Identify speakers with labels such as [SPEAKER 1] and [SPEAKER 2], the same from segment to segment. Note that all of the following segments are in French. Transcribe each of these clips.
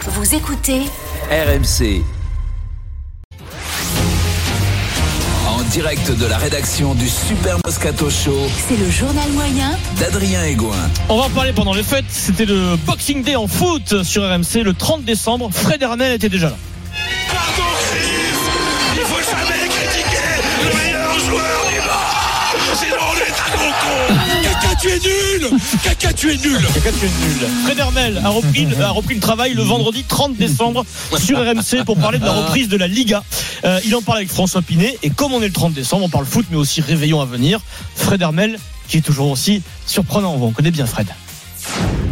[SPEAKER 1] Vous écoutez
[SPEAKER 2] RMC. En direct de la rédaction du Super Moscato Show
[SPEAKER 1] C'est le journal moyen
[SPEAKER 2] d'Adrien Egoin.
[SPEAKER 3] On va en parler pendant les fêtes. C'était le Boxing Day en foot sur RMC le 30 décembre. Fred Hermel était déjà là.
[SPEAKER 4] Pardon, Chris Il faut jamais critiquer le meilleur joueur du monde Sinon, on est un gros con Caca, tu es nul Caca, tu es nul
[SPEAKER 3] Fred Hermel a repris, a repris le travail le vendredi 30 décembre sur RMC pour parler de la reprise de la Liga. Euh, il en parle avec François Pinet. Et comme on est le 30 décembre, on parle foot mais aussi réveillon à venir. Fred Hermel qui est toujours aussi surprenant. On connaît bien Fred.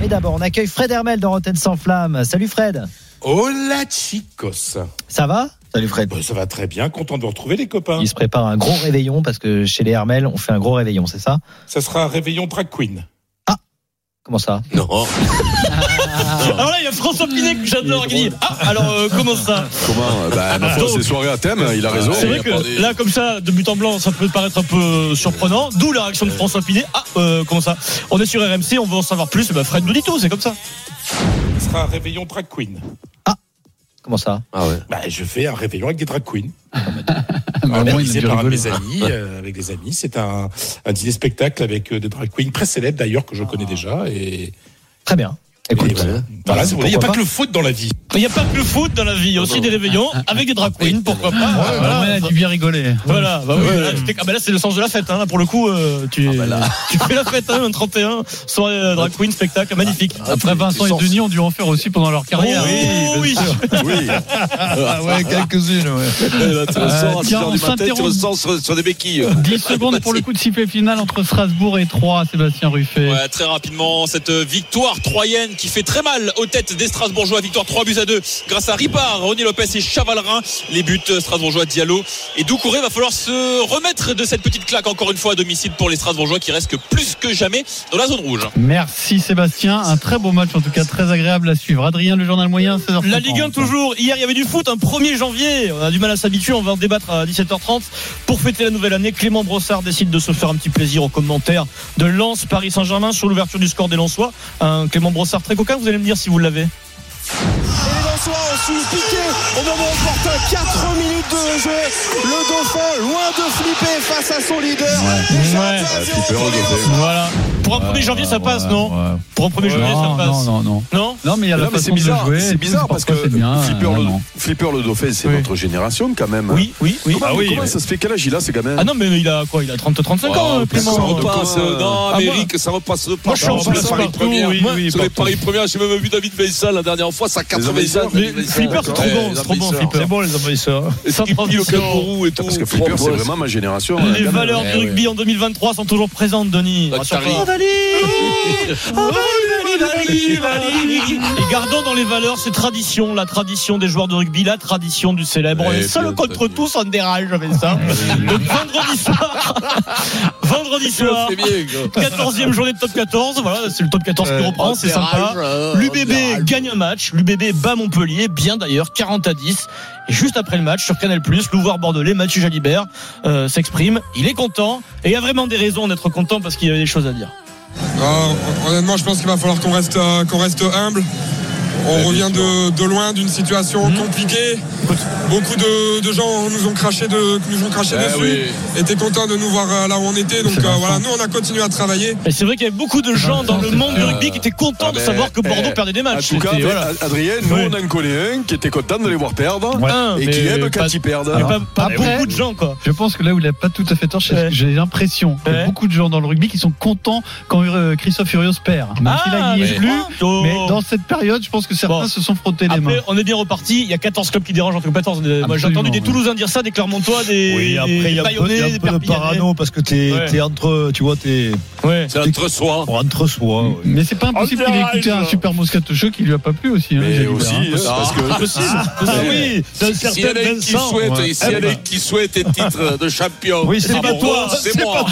[SPEAKER 5] Mais d'abord, on accueille Fred Hermel dans Rotten sans flamme. Salut Fred.
[SPEAKER 4] Hola chicos
[SPEAKER 5] Ça va Salut Fred.
[SPEAKER 4] Bah, Ça va très bien, content de vous retrouver les copains.
[SPEAKER 5] Il se prépare un gros réveillon parce que chez les Hermel, on fait un gros réveillon, c'est ça
[SPEAKER 4] Ça sera un réveillon drag queen.
[SPEAKER 5] Comment ça
[SPEAKER 6] Non.
[SPEAKER 3] Ah. Alors là, il y a François Pinet que j'adore qui dit Ah, alors euh, comment ça Ah,
[SPEAKER 6] Comment Bah, ma foi, c'est soirée à thème, il a raison.
[SPEAKER 3] C'est vrai que là, comme ça, de but en blanc, ça peut paraître un peu euh, surprenant. D'où la réaction de François Pinet. Ah, euh, comment ça On est sur RMC, on veut en savoir plus. Eh ben, Fred nous dit tout, c'est comme ça.
[SPEAKER 4] Ça sera un réveillon drag queen.
[SPEAKER 5] Comment ça
[SPEAKER 6] Ah ouais.
[SPEAKER 4] Bah, je fais un réveillon avec des drag queens. Organisé par mes amis, euh, avec des amis. C'est un, un dîner spectacle avec euh, des drag queens très célèbres d'ailleurs que je connais déjà. Et,
[SPEAKER 5] Très bien.
[SPEAKER 4] et
[SPEAKER 5] Écoute,
[SPEAKER 4] voilà. Voilà, c'est- il n'y a
[SPEAKER 5] pourquoi
[SPEAKER 4] pas
[SPEAKER 5] pas
[SPEAKER 4] que le foot dans la vie.
[SPEAKER 3] Il n'y a pas que le foot dans la vie, il y a aussi des réveillons
[SPEAKER 7] Ah,
[SPEAKER 3] avec des drag queens, pourquoi pas. voilà,
[SPEAKER 7] Ouais, elle a dû bien rigoler.
[SPEAKER 3] Voilà, bah oui, là, c'était- ah bah là c'est le sens de la fête, hein. là, pour le coup, euh,
[SPEAKER 7] Ah,
[SPEAKER 3] tu,
[SPEAKER 7] bah
[SPEAKER 3] tu fais la fête, hein, un 31, soirée euh, drag queen, spectacle, magnifique.
[SPEAKER 7] Ah, Après Vincent et Denis ont dû en faire aussi pendant leur
[SPEAKER 3] Oh
[SPEAKER 7] carrière. Hein.
[SPEAKER 3] oui,
[SPEAKER 6] Oui. Eh ben,
[SPEAKER 7] Ah ouais, quelques-unes. ouais. Euh,
[SPEAKER 6] tu ressors à
[SPEAKER 7] tiens,
[SPEAKER 6] 6 heures
[SPEAKER 7] on
[SPEAKER 6] du matin, tu
[SPEAKER 7] s'interrompt.
[SPEAKER 6] ressors sur, sur des béquilles.
[SPEAKER 7] 10 secondes pour le coup de sifflet final entre Strasbourg et Troyes, Sébastien Ruffet.
[SPEAKER 8] Ouais, Euh, très rapidement, cette euh, victoire troyenne qui fait très mal aux têtes des Strasbourgeois. Victoire 3 buts à 2 grâce à Ripard, René Lopez et Chavalrin. Les buts euh, Strasbourgeois, Diallo et Doucouré. Va falloir se remettre de cette petite claque encore une fois à domicile pour les Strasbourgeois qui restent que plus que jamais dans la zone rouge.
[SPEAKER 7] Merci Sébastien. Un très beau match, en tout cas très agréable à suivre. Adrien, le journal moyen, 16 h
[SPEAKER 3] Euh, La Ligue 1 toujours. Hier, il y avait du foot, un 1er janvier. On a du mal à s'habituer. On va en débattre à 17h30. Pour fêter la nouvelle année, Clément Brossard décide de se faire un petit plaisir aux commentaires de Lens Paris Saint-Germain sur l'ouverture du score des Lensois. Un Clément Brossard très coquin, vous allez me dire si vous l'avez. Ouais.
[SPEAKER 6] Ah, flipper, le goûter.
[SPEAKER 3] Voilà. Pour un 1er janvier, ça passe, non Pour un 1er janvier, ça
[SPEAKER 7] Non,
[SPEAKER 3] passe.
[SPEAKER 7] non, non, non.
[SPEAKER 3] Non
[SPEAKER 7] Non, mais il y a
[SPEAKER 6] Non,
[SPEAKER 7] la
[SPEAKER 6] mais
[SPEAKER 7] façon
[SPEAKER 6] c'est
[SPEAKER 7] de
[SPEAKER 6] bizarre,
[SPEAKER 7] jouer.
[SPEAKER 6] c'est bizarre parce que
[SPEAKER 7] c'est bien,
[SPEAKER 6] Flipper,
[SPEAKER 7] euh,
[SPEAKER 6] le,
[SPEAKER 7] non.
[SPEAKER 6] Flipper le Dauphin, c'est
[SPEAKER 7] Oui.
[SPEAKER 6] notre génération quand même.
[SPEAKER 3] Oui, oui, oui.
[SPEAKER 6] Comment,
[SPEAKER 3] Ah oui.
[SPEAKER 6] comment ça se fait Quel âge il a ce gamin
[SPEAKER 3] Ah non, mais il a quoi Il a 30-35 ans,
[SPEAKER 6] Oh,
[SPEAKER 3] Clément.
[SPEAKER 6] ça repasse, Comment, euh, non,
[SPEAKER 3] Ah,
[SPEAKER 6] mais
[SPEAKER 3] moi-
[SPEAKER 6] Eric, ça repasse de
[SPEAKER 3] Moi, je suis en
[SPEAKER 6] sur les
[SPEAKER 3] place
[SPEAKER 6] paris
[SPEAKER 3] partout,
[SPEAKER 6] premières.
[SPEAKER 3] oui, oui,
[SPEAKER 6] sur les
[SPEAKER 3] partout.
[SPEAKER 6] paris premières, j'ai même vu David Veissa la dernière fois, ça 80
[SPEAKER 3] envahisseurs,
[SPEAKER 6] ans.
[SPEAKER 3] mais Flipper, c'est trop
[SPEAKER 6] Ouais,
[SPEAKER 3] bon,
[SPEAKER 6] les
[SPEAKER 3] c'est trop bon,
[SPEAKER 6] envahisseurs.
[SPEAKER 3] Flipper. bon, les envahisseurs. Sans
[SPEAKER 6] Et puis le
[SPEAKER 3] transition.
[SPEAKER 6] kangourou et tout.
[SPEAKER 9] Parce que Flipper, c'est vraiment ma génération. hein.
[SPEAKER 3] Les valeurs du rugby en 2023 sont toujours présentes, Denis. Oh,
[SPEAKER 6] Ah,
[SPEAKER 3] Rassure-toi.
[SPEAKER 6] Carrie.
[SPEAKER 3] Oh, Et gardons dans les valeurs ces traditions, la tradition des joueurs de rugby, la tradition du célèbre. On
[SPEAKER 6] Eh
[SPEAKER 3] est seul
[SPEAKER 6] bien,
[SPEAKER 3] contre
[SPEAKER 6] t'as dit.
[SPEAKER 3] tous, on dérange avec ça. Donc vendredi soir, vendredi soir,
[SPEAKER 6] C'est bien, gars.
[SPEAKER 3] 14e journée de top 14. Voilà, c'est le top 14 qui reprend, c'est sympa. L'UBB gagne un match, l'UBB bat Montpellier, bien d'ailleurs, 40 à 10. Et juste après le match, sur Canal+, l'ouvreur bordelais Mathieu Jalibert euh, s'exprime, il est content, et il y a vraiment des raisons d'être content parce qu'il y avait des choses à dire.
[SPEAKER 10] Ah, honnêtement, je pense qu'il va falloir qu'on reste, euh, qu'on reste humble.
[SPEAKER 6] Bah,
[SPEAKER 10] On revient de, de loin d'une
[SPEAKER 6] Hmm.
[SPEAKER 10] situation compliquée. Beaucoup de, de gens nous ont craché, de, nous ont craché
[SPEAKER 6] Eh
[SPEAKER 10] dessus.
[SPEAKER 6] oui.
[SPEAKER 10] Étaient contents de nous voir euh, là où on était. Donc euh, voilà, nous on a continué à travailler.
[SPEAKER 3] Et c'est vrai qu'il y avait beaucoup de gens dans le monde du rugby qui étaient contents
[SPEAKER 6] Ah
[SPEAKER 3] de
[SPEAKER 6] ben,
[SPEAKER 3] savoir que Bordeaux
[SPEAKER 6] eh,
[SPEAKER 3] perdait des
[SPEAKER 6] En
[SPEAKER 3] matchs.
[SPEAKER 6] tout cas,
[SPEAKER 3] C'était- voilà.
[SPEAKER 6] Ad- Adrien, nous
[SPEAKER 3] Oui.
[SPEAKER 6] on en connaît un qui était content de les voir perdre
[SPEAKER 3] Un,
[SPEAKER 6] et qui
[SPEAKER 3] mais
[SPEAKER 6] aime
[SPEAKER 3] pas-
[SPEAKER 6] quand ils perdent.
[SPEAKER 3] mais
[SPEAKER 6] Ah,
[SPEAKER 3] pas, pas
[SPEAKER 7] Après-
[SPEAKER 3] beaucoup de gens, quoi.
[SPEAKER 7] Je pense que là où il n'a pas tout à fait tort, c'est
[SPEAKER 3] Ouais.
[SPEAKER 7] que j'ai l'impression qu'il y
[SPEAKER 3] Ouais.
[SPEAKER 7] a beaucoup de gens dans le rugby qui sont contents quand euh, Christophe Furios perd. Même si là, il n'y est
[SPEAKER 3] mais-
[SPEAKER 7] plus.
[SPEAKER 3] Oh.
[SPEAKER 7] Mais dans cette période, je pense que certains
[SPEAKER 3] Bon.
[SPEAKER 7] se sont frottés les mains.
[SPEAKER 3] Après, euh, on est bien reparti. Il y a 14 clubs qui dérangent entre 14. euh, Moi, j'ai
[SPEAKER 7] Absolument,
[SPEAKER 3] entendu des
[SPEAKER 7] oui.
[SPEAKER 3] Toulousains dire ça, des Clermontois, des, des Bayonnais, des Perpignanais.
[SPEAKER 5] parce que t'es
[SPEAKER 3] Ouais.
[SPEAKER 5] t'es entre, tu vois, t'es
[SPEAKER 3] Ouais.
[SPEAKER 6] C'est entre soi.
[SPEAKER 5] entre soi. ouais.
[SPEAKER 7] Mais c'est pas impossible qu'il ait écouté un super Moscato Show qui lui a pas plu aussi. hein,
[SPEAKER 6] Mais
[SPEAKER 7] Jalibert,
[SPEAKER 6] aussi,
[SPEAKER 7] hein.
[SPEAKER 6] euh, parce que. Eh,
[SPEAKER 3] Ah oui, d'un
[SPEAKER 6] S'il y en a
[SPEAKER 3] certain
[SPEAKER 6] un qui
[SPEAKER 3] Vincent.
[SPEAKER 6] souhaite, et s'il y en a un qui souhaite un titre de champion,
[SPEAKER 3] Oui, c'est
[SPEAKER 6] ah
[SPEAKER 3] pas
[SPEAKER 6] bon,
[SPEAKER 3] toi,
[SPEAKER 6] c'est moi.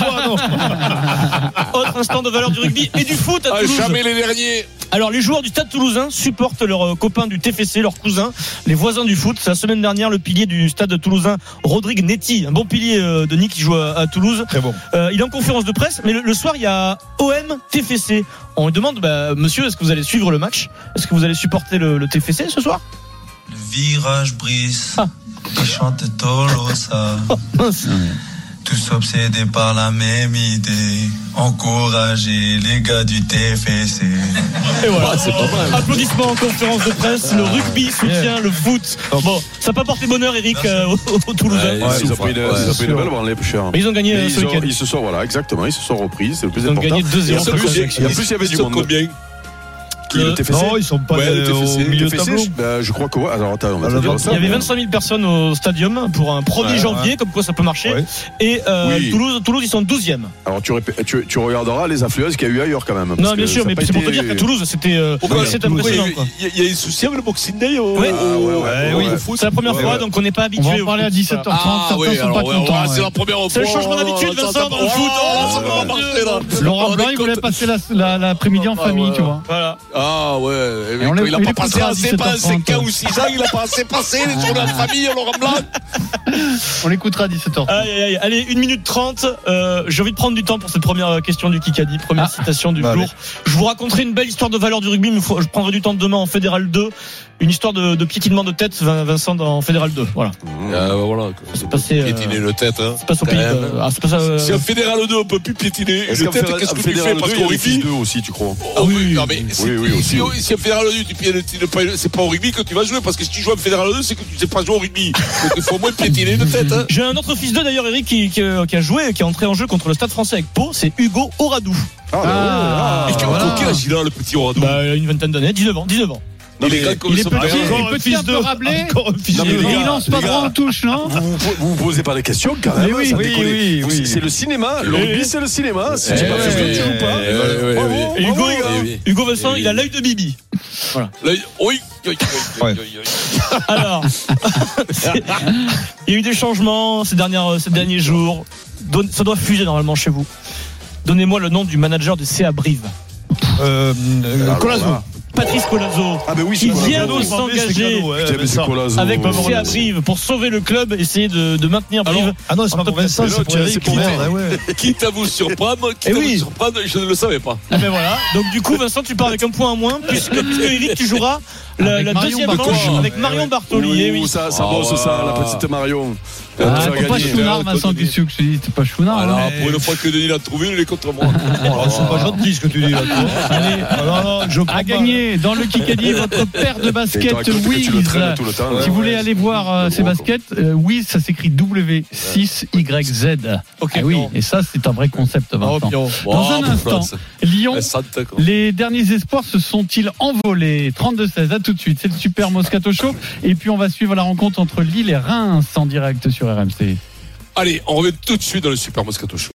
[SPEAKER 3] Autre instant de valeur du rugby et du foot à
[SPEAKER 6] Ah,
[SPEAKER 3] Toulouse.
[SPEAKER 6] jamais les derniers.
[SPEAKER 3] À Alors, les joueurs du Stade Toulousain supportent leurs euh, copains du TFC, leurs cousins, les voisins du foot. C'est La semaine dernière, le pilier du Stade Toulousain, Rodrigue Netti, un bon pilier euh, de Nick qui joue à, à Toulouse.
[SPEAKER 11] Très bon.
[SPEAKER 3] Euh, il est en conférence de presse, mais le, le soir, il y a OM TFC. On lui demande, bah, monsieur, est-ce que vous allez suivre le match Est-ce que vous allez supporter le, le TFC ce soir Ah.
[SPEAKER 12] Le virage brise, qui chante Tolosa.
[SPEAKER 3] Oh,
[SPEAKER 9] Ah
[SPEAKER 12] Tous obsédés par la même idée. Encouragez les gars du TFC.
[SPEAKER 3] Et voilà.
[SPEAKER 9] Ah,
[SPEAKER 3] Applaudissements en conférence de presse. Le rugby soutient le foot. Bon, ça n'a pas porté bonheur, Eric, euh, aux, aux Toulousains.
[SPEAKER 9] Oh. Ouais, ils ont pris de-
[SPEAKER 3] Ouais,
[SPEAKER 9] ils ont
[SPEAKER 3] c'est
[SPEAKER 9] pris de
[SPEAKER 3] sûr.
[SPEAKER 9] belles branlées, cher.
[SPEAKER 3] Mais ils ont gagné,
[SPEAKER 9] Et
[SPEAKER 3] euh,
[SPEAKER 9] ils
[SPEAKER 3] ce
[SPEAKER 9] ont-
[SPEAKER 3] week-end.
[SPEAKER 9] Ils se sont, voilà, exactement, ils se sont repris, c'est le plus
[SPEAKER 3] Ils ont
[SPEAKER 9] important.
[SPEAKER 3] gagné 2-0
[SPEAKER 9] Et en
[SPEAKER 3] sur
[SPEAKER 9] plus,
[SPEAKER 3] Sochaux.
[SPEAKER 9] il y a- en plus, il y avait du
[SPEAKER 6] Ils sont
[SPEAKER 9] monde.
[SPEAKER 6] combien
[SPEAKER 9] Qui, le TFC
[SPEAKER 7] Non, ils sont pas
[SPEAKER 9] Ouais, le
[SPEAKER 7] euh,
[SPEAKER 9] TFC,
[SPEAKER 7] au milieu de
[SPEAKER 9] TFC,
[SPEAKER 7] tableau.
[SPEAKER 9] bah, je crois que ouais. Alors attends, on va
[SPEAKER 7] Ah,
[SPEAKER 9] te
[SPEAKER 7] là,
[SPEAKER 9] dire
[SPEAKER 7] là,
[SPEAKER 9] ça.
[SPEAKER 3] Il y avait 25 000 personnes au stadium pour un 1er
[SPEAKER 9] Ouais,
[SPEAKER 3] janvier,
[SPEAKER 9] ouais.
[SPEAKER 3] comme quoi ça peut marcher.
[SPEAKER 9] Ouais.
[SPEAKER 3] Et euh,
[SPEAKER 9] Oui.
[SPEAKER 3] Toulouse, Toulouse, ils sont 12e.
[SPEAKER 9] Alors tu, répé- tu, tu regarderas les affluences qu'il y a eu ailleurs quand même. parce
[SPEAKER 3] Non, bien
[SPEAKER 9] que
[SPEAKER 3] sûr,
[SPEAKER 9] ça a
[SPEAKER 3] mais
[SPEAKER 9] pas
[SPEAKER 3] c'est pour te
[SPEAKER 9] été-
[SPEAKER 3] dire qu'à Toulouse, c'était euh,
[SPEAKER 9] Pourquoi
[SPEAKER 3] c'est
[SPEAKER 9] Toulouse,
[SPEAKER 3] impressionnant.
[SPEAKER 9] oui,
[SPEAKER 3] quoi.
[SPEAKER 6] Il y a- il y a eu souci avec le Boxing Day oh. au,
[SPEAKER 3] Ouais.
[SPEAKER 9] Ah, ouais, ouais,
[SPEAKER 6] au-
[SPEAKER 9] ouais,
[SPEAKER 6] au
[SPEAKER 9] ouais.
[SPEAKER 6] foot
[SPEAKER 3] C'est la première
[SPEAKER 9] Ouais,
[SPEAKER 3] fois,
[SPEAKER 9] ouais.
[SPEAKER 3] donc on n'est pas
[SPEAKER 7] On
[SPEAKER 3] habitué.
[SPEAKER 7] va
[SPEAKER 3] au
[SPEAKER 7] en parler à
[SPEAKER 3] foot.
[SPEAKER 7] 17h30.
[SPEAKER 6] Ah
[SPEAKER 7] Certains
[SPEAKER 6] oui,
[SPEAKER 7] sont
[SPEAKER 6] alors
[SPEAKER 7] pas
[SPEAKER 6] ouais, ouais,
[SPEAKER 7] contents.
[SPEAKER 6] c'est la première fois.
[SPEAKER 3] C'est le changement d'habitude,
[SPEAKER 6] Ça, ça,
[SPEAKER 3] Vincent, dans le
[SPEAKER 6] oh,
[SPEAKER 3] foot.
[SPEAKER 6] là, ça va marcher, là.
[SPEAKER 7] Laurent
[SPEAKER 6] On
[SPEAKER 7] Blanc, il
[SPEAKER 6] est
[SPEAKER 7] voulait
[SPEAKER 6] content.
[SPEAKER 7] passer la- la- l'après-midi en
[SPEAKER 6] Ah,
[SPEAKER 7] famille,
[SPEAKER 6] ouais.
[SPEAKER 7] tu vois.
[SPEAKER 3] Voilà.
[SPEAKER 6] Ah ouais, et
[SPEAKER 7] on
[SPEAKER 6] quand
[SPEAKER 7] les-
[SPEAKER 6] il a
[SPEAKER 7] on
[SPEAKER 6] pas
[SPEAKER 7] les
[SPEAKER 6] passé
[SPEAKER 7] coupera à
[SPEAKER 6] un c'est pas
[SPEAKER 7] 17h30.
[SPEAKER 6] un ou 6 ans, il a pas assez passé les jours de
[SPEAKER 7] Ah.
[SPEAKER 6] la famille, Laurent Blanc.
[SPEAKER 7] On l'écoutera à 17h30.
[SPEAKER 3] Aïe, aïe, aïe. Allez, 1 minute 30. euh, J'ai envie de prendre du temps pour cette première euh, question du Kikadi,
[SPEAKER 7] Ah.
[SPEAKER 3] première citation du
[SPEAKER 11] bah,
[SPEAKER 3] jour. Je vous raconterai une belle histoire de valeur du rugby, mais faut- je prendrai du temps demain en Fédéral 2. Une histoire de, de piétinement de tête, Vin- Vincent, dans Fédéral 2. Voilà.
[SPEAKER 6] Ah voilà,
[SPEAKER 3] Ça s'est passé, euh,
[SPEAKER 6] piétiner le tête. Hein.
[SPEAKER 3] Ça passe au
[SPEAKER 6] Quand
[SPEAKER 3] pays.
[SPEAKER 6] même.
[SPEAKER 3] de- Ah, c'est pas ça. euh,
[SPEAKER 6] Si un fédéral 2 on peut plus piétiner
[SPEAKER 9] Est-ce
[SPEAKER 6] le
[SPEAKER 9] qu'en
[SPEAKER 6] tête,
[SPEAKER 9] Fédéral-
[SPEAKER 6] qu'est-ce que
[SPEAKER 9] en
[SPEAKER 6] tu fais
[SPEAKER 9] Fédéral
[SPEAKER 6] parce
[SPEAKER 9] 2, il y
[SPEAKER 6] qu'au
[SPEAKER 9] a les fils
[SPEAKER 6] rugby
[SPEAKER 9] d'eux aussi, tu crois
[SPEAKER 6] Ah oui, non mais c'est-
[SPEAKER 9] oui, aussi,
[SPEAKER 6] si,
[SPEAKER 9] oui.
[SPEAKER 6] si un fédéral 2 tu piétines pas, c'est pas au rugby que tu vas jouer parce que si tu joues en fédéral 2 c'est que tu sais pas jouer au rugby. Donc il faut au moins piétiner le tête. Hein.
[SPEAKER 3] J'ai un autre fils d'eux d'ailleurs, Eric, qui, qui, euh, qui a joué, qui est entré en jeu contre le Stade français avec Pau, c'est Hugo Oradou. Oh
[SPEAKER 9] Ah, bah,
[SPEAKER 7] Ah,
[SPEAKER 9] ouais,
[SPEAKER 6] Et
[SPEAKER 9] ah,
[SPEAKER 6] tu
[SPEAKER 7] voilà.
[SPEAKER 6] vois quel âge il a le petit Oradou
[SPEAKER 3] Bah, il a une vingtaine d'années, 19 ans, 19 ans.
[SPEAKER 6] Il est grand comme
[SPEAKER 7] Il est
[SPEAKER 6] son
[SPEAKER 7] petit,
[SPEAKER 6] père.
[SPEAKER 7] il
[SPEAKER 3] Encore un
[SPEAKER 7] est petit
[SPEAKER 3] fils
[SPEAKER 7] un peu
[SPEAKER 3] de-
[SPEAKER 7] rablé.
[SPEAKER 3] Encore un fils
[SPEAKER 9] Non, mais
[SPEAKER 3] d'eux.
[SPEAKER 9] les
[SPEAKER 7] Et
[SPEAKER 9] gars,
[SPEAKER 7] il lance pas
[SPEAKER 9] les
[SPEAKER 7] droit
[SPEAKER 9] gars.
[SPEAKER 7] en touche, non
[SPEAKER 9] Vous, vous- vous vous posez pas la question quand même.
[SPEAKER 7] Mais oui,
[SPEAKER 9] ça
[SPEAKER 7] oui,
[SPEAKER 9] déconne.
[SPEAKER 7] oui,
[SPEAKER 9] Vous-
[SPEAKER 7] oui.
[SPEAKER 9] C'est le cinéma. Le
[SPEAKER 3] Eh
[SPEAKER 9] rugby,
[SPEAKER 3] oui.
[SPEAKER 9] c'est le cinéma. Si
[SPEAKER 6] Eh
[SPEAKER 9] tu pas ce que
[SPEAKER 6] oui,
[SPEAKER 9] tu joues pas.
[SPEAKER 6] eh oui,
[SPEAKER 9] bravo,
[SPEAKER 6] oui,
[SPEAKER 9] bravo,
[SPEAKER 3] Et Hugo,
[SPEAKER 9] les gars.
[SPEAKER 6] Eh oui.
[SPEAKER 3] Hugo Vincent,
[SPEAKER 6] Eh oui.
[SPEAKER 3] il a l'œil de Bibi.
[SPEAKER 6] Là, il- oui. oui, oui, oui, oui, oui.
[SPEAKER 3] Alors, c'est- il y a eu des changements ces, dernières, euh, ces derniers jours. Donne- ça doit fuser normalement chez vous. Donnez-moi le nom du manager du CA Brive.
[SPEAKER 11] Euh,
[SPEAKER 9] Alors
[SPEAKER 11] Colazo.
[SPEAKER 9] là.
[SPEAKER 3] Patrice Colazo.
[SPEAKER 9] Ah, ben oui,
[SPEAKER 3] Qui
[SPEAKER 9] c'est Colazo.
[SPEAKER 3] vient de
[SPEAKER 11] Colazo,
[SPEAKER 3] s'engager
[SPEAKER 11] c'est Colazo, ouais,
[SPEAKER 9] Putain, mais c'est
[SPEAKER 11] Vincent.
[SPEAKER 9] Colazo.
[SPEAKER 3] avec le CA
[SPEAKER 9] Colazo.
[SPEAKER 3] Brive pour sauver le club, essayer de, de maintenir Brive.
[SPEAKER 11] Ah non, c'est pas pour Vincent, c'est pour
[SPEAKER 9] c'est
[SPEAKER 11] Eric.
[SPEAKER 9] pour
[SPEAKER 11] Merde,
[SPEAKER 9] Eric.
[SPEAKER 11] ah
[SPEAKER 7] Euh,
[SPEAKER 11] ouais.
[SPEAKER 6] Quitte à vous surprendre, quitte
[SPEAKER 3] Eh
[SPEAKER 6] à vous
[SPEAKER 3] oui.
[SPEAKER 6] surprendre, je ne le savais pas.
[SPEAKER 3] Ah ben voilà. Donc du coup, Vincent, tu pars avec un point en moins, puisque, puisque Eric, tu joueras la,
[SPEAKER 7] Avec
[SPEAKER 3] la
[SPEAKER 7] Marion
[SPEAKER 3] deuxième
[SPEAKER 7] Bartoli.
[SPEAKER 3] manche avec Marion Bartoli. eh
[SPEAKER 9] Ouh,
[SPEAKER 3] oui.
[SPEAKER 9] Ça, ça
[SPEAKER 6] Ah
[SPEAKER 9] bosse, ça,
[SPEAKER 6] ouais.
[SPEAKER 9] la petite Marion. Elle nous
[SPEAKER 7] Ah,
[SPEAKER 9] a
[SPEAKER 7] t'es pas
[SPEAKER 9] gagné.
[SPEAKER 7] Chounard, Vincent, qu'est-ce que je te dis T'es pas
[SPEAKER 3] Ah,
[SPEAKER 7] Chounard. hein.
[SPEAKER 6] Alors, pour une fois que Denis l'a trouvé, il est contre moi.
[SPEAKER 11] Oh, C'est pas gentil ce que tu dis là. toi.
[SPEAKER 7] Allez,
[SPEAKER 11] Ah non, non, je
[SPEAKER 7] à
[SPEAKER 11] prends pas.
[SPEAKER 7] gagner dans le Kikadi votre paire de
[SPEAKER 9] Et toi,
[SPEAKER 7] baskets
[SPEAKER 9] écoute, que tu le
[SPEAKER 7] Wiz.
[SPEAKER 9] traînes tout le temps.
[SPEAKER 11] Ouais,
[SPEAKER 7] Si
[SPEAKER 9] là.
[SPEAKER 7] vous voulez aller voir euh, ces baskets, euh, Wiz, ça s'écrit W6YZ.
[SPEAKER 3] Ok,
[SPEAKER 7] Ah oui,
[SPEAKER 3] non.
[SPEAKER 7] et ça, c'est un vrai concept, Vincent. Dans un instant, Lyon,
[SPEAKER 6] Elle sente, quoi.
[SPEAKER 7] les derniers espoirs se sont-ils envolés 32-16, à tout de suite. C'est le super Moscato Show. Et puis, on va suivre la rencontre entre Lille et Reims en direct sur RMC.
[SPEAKER 6] Allez, on revient tout de suite dans le Super Moscato Show.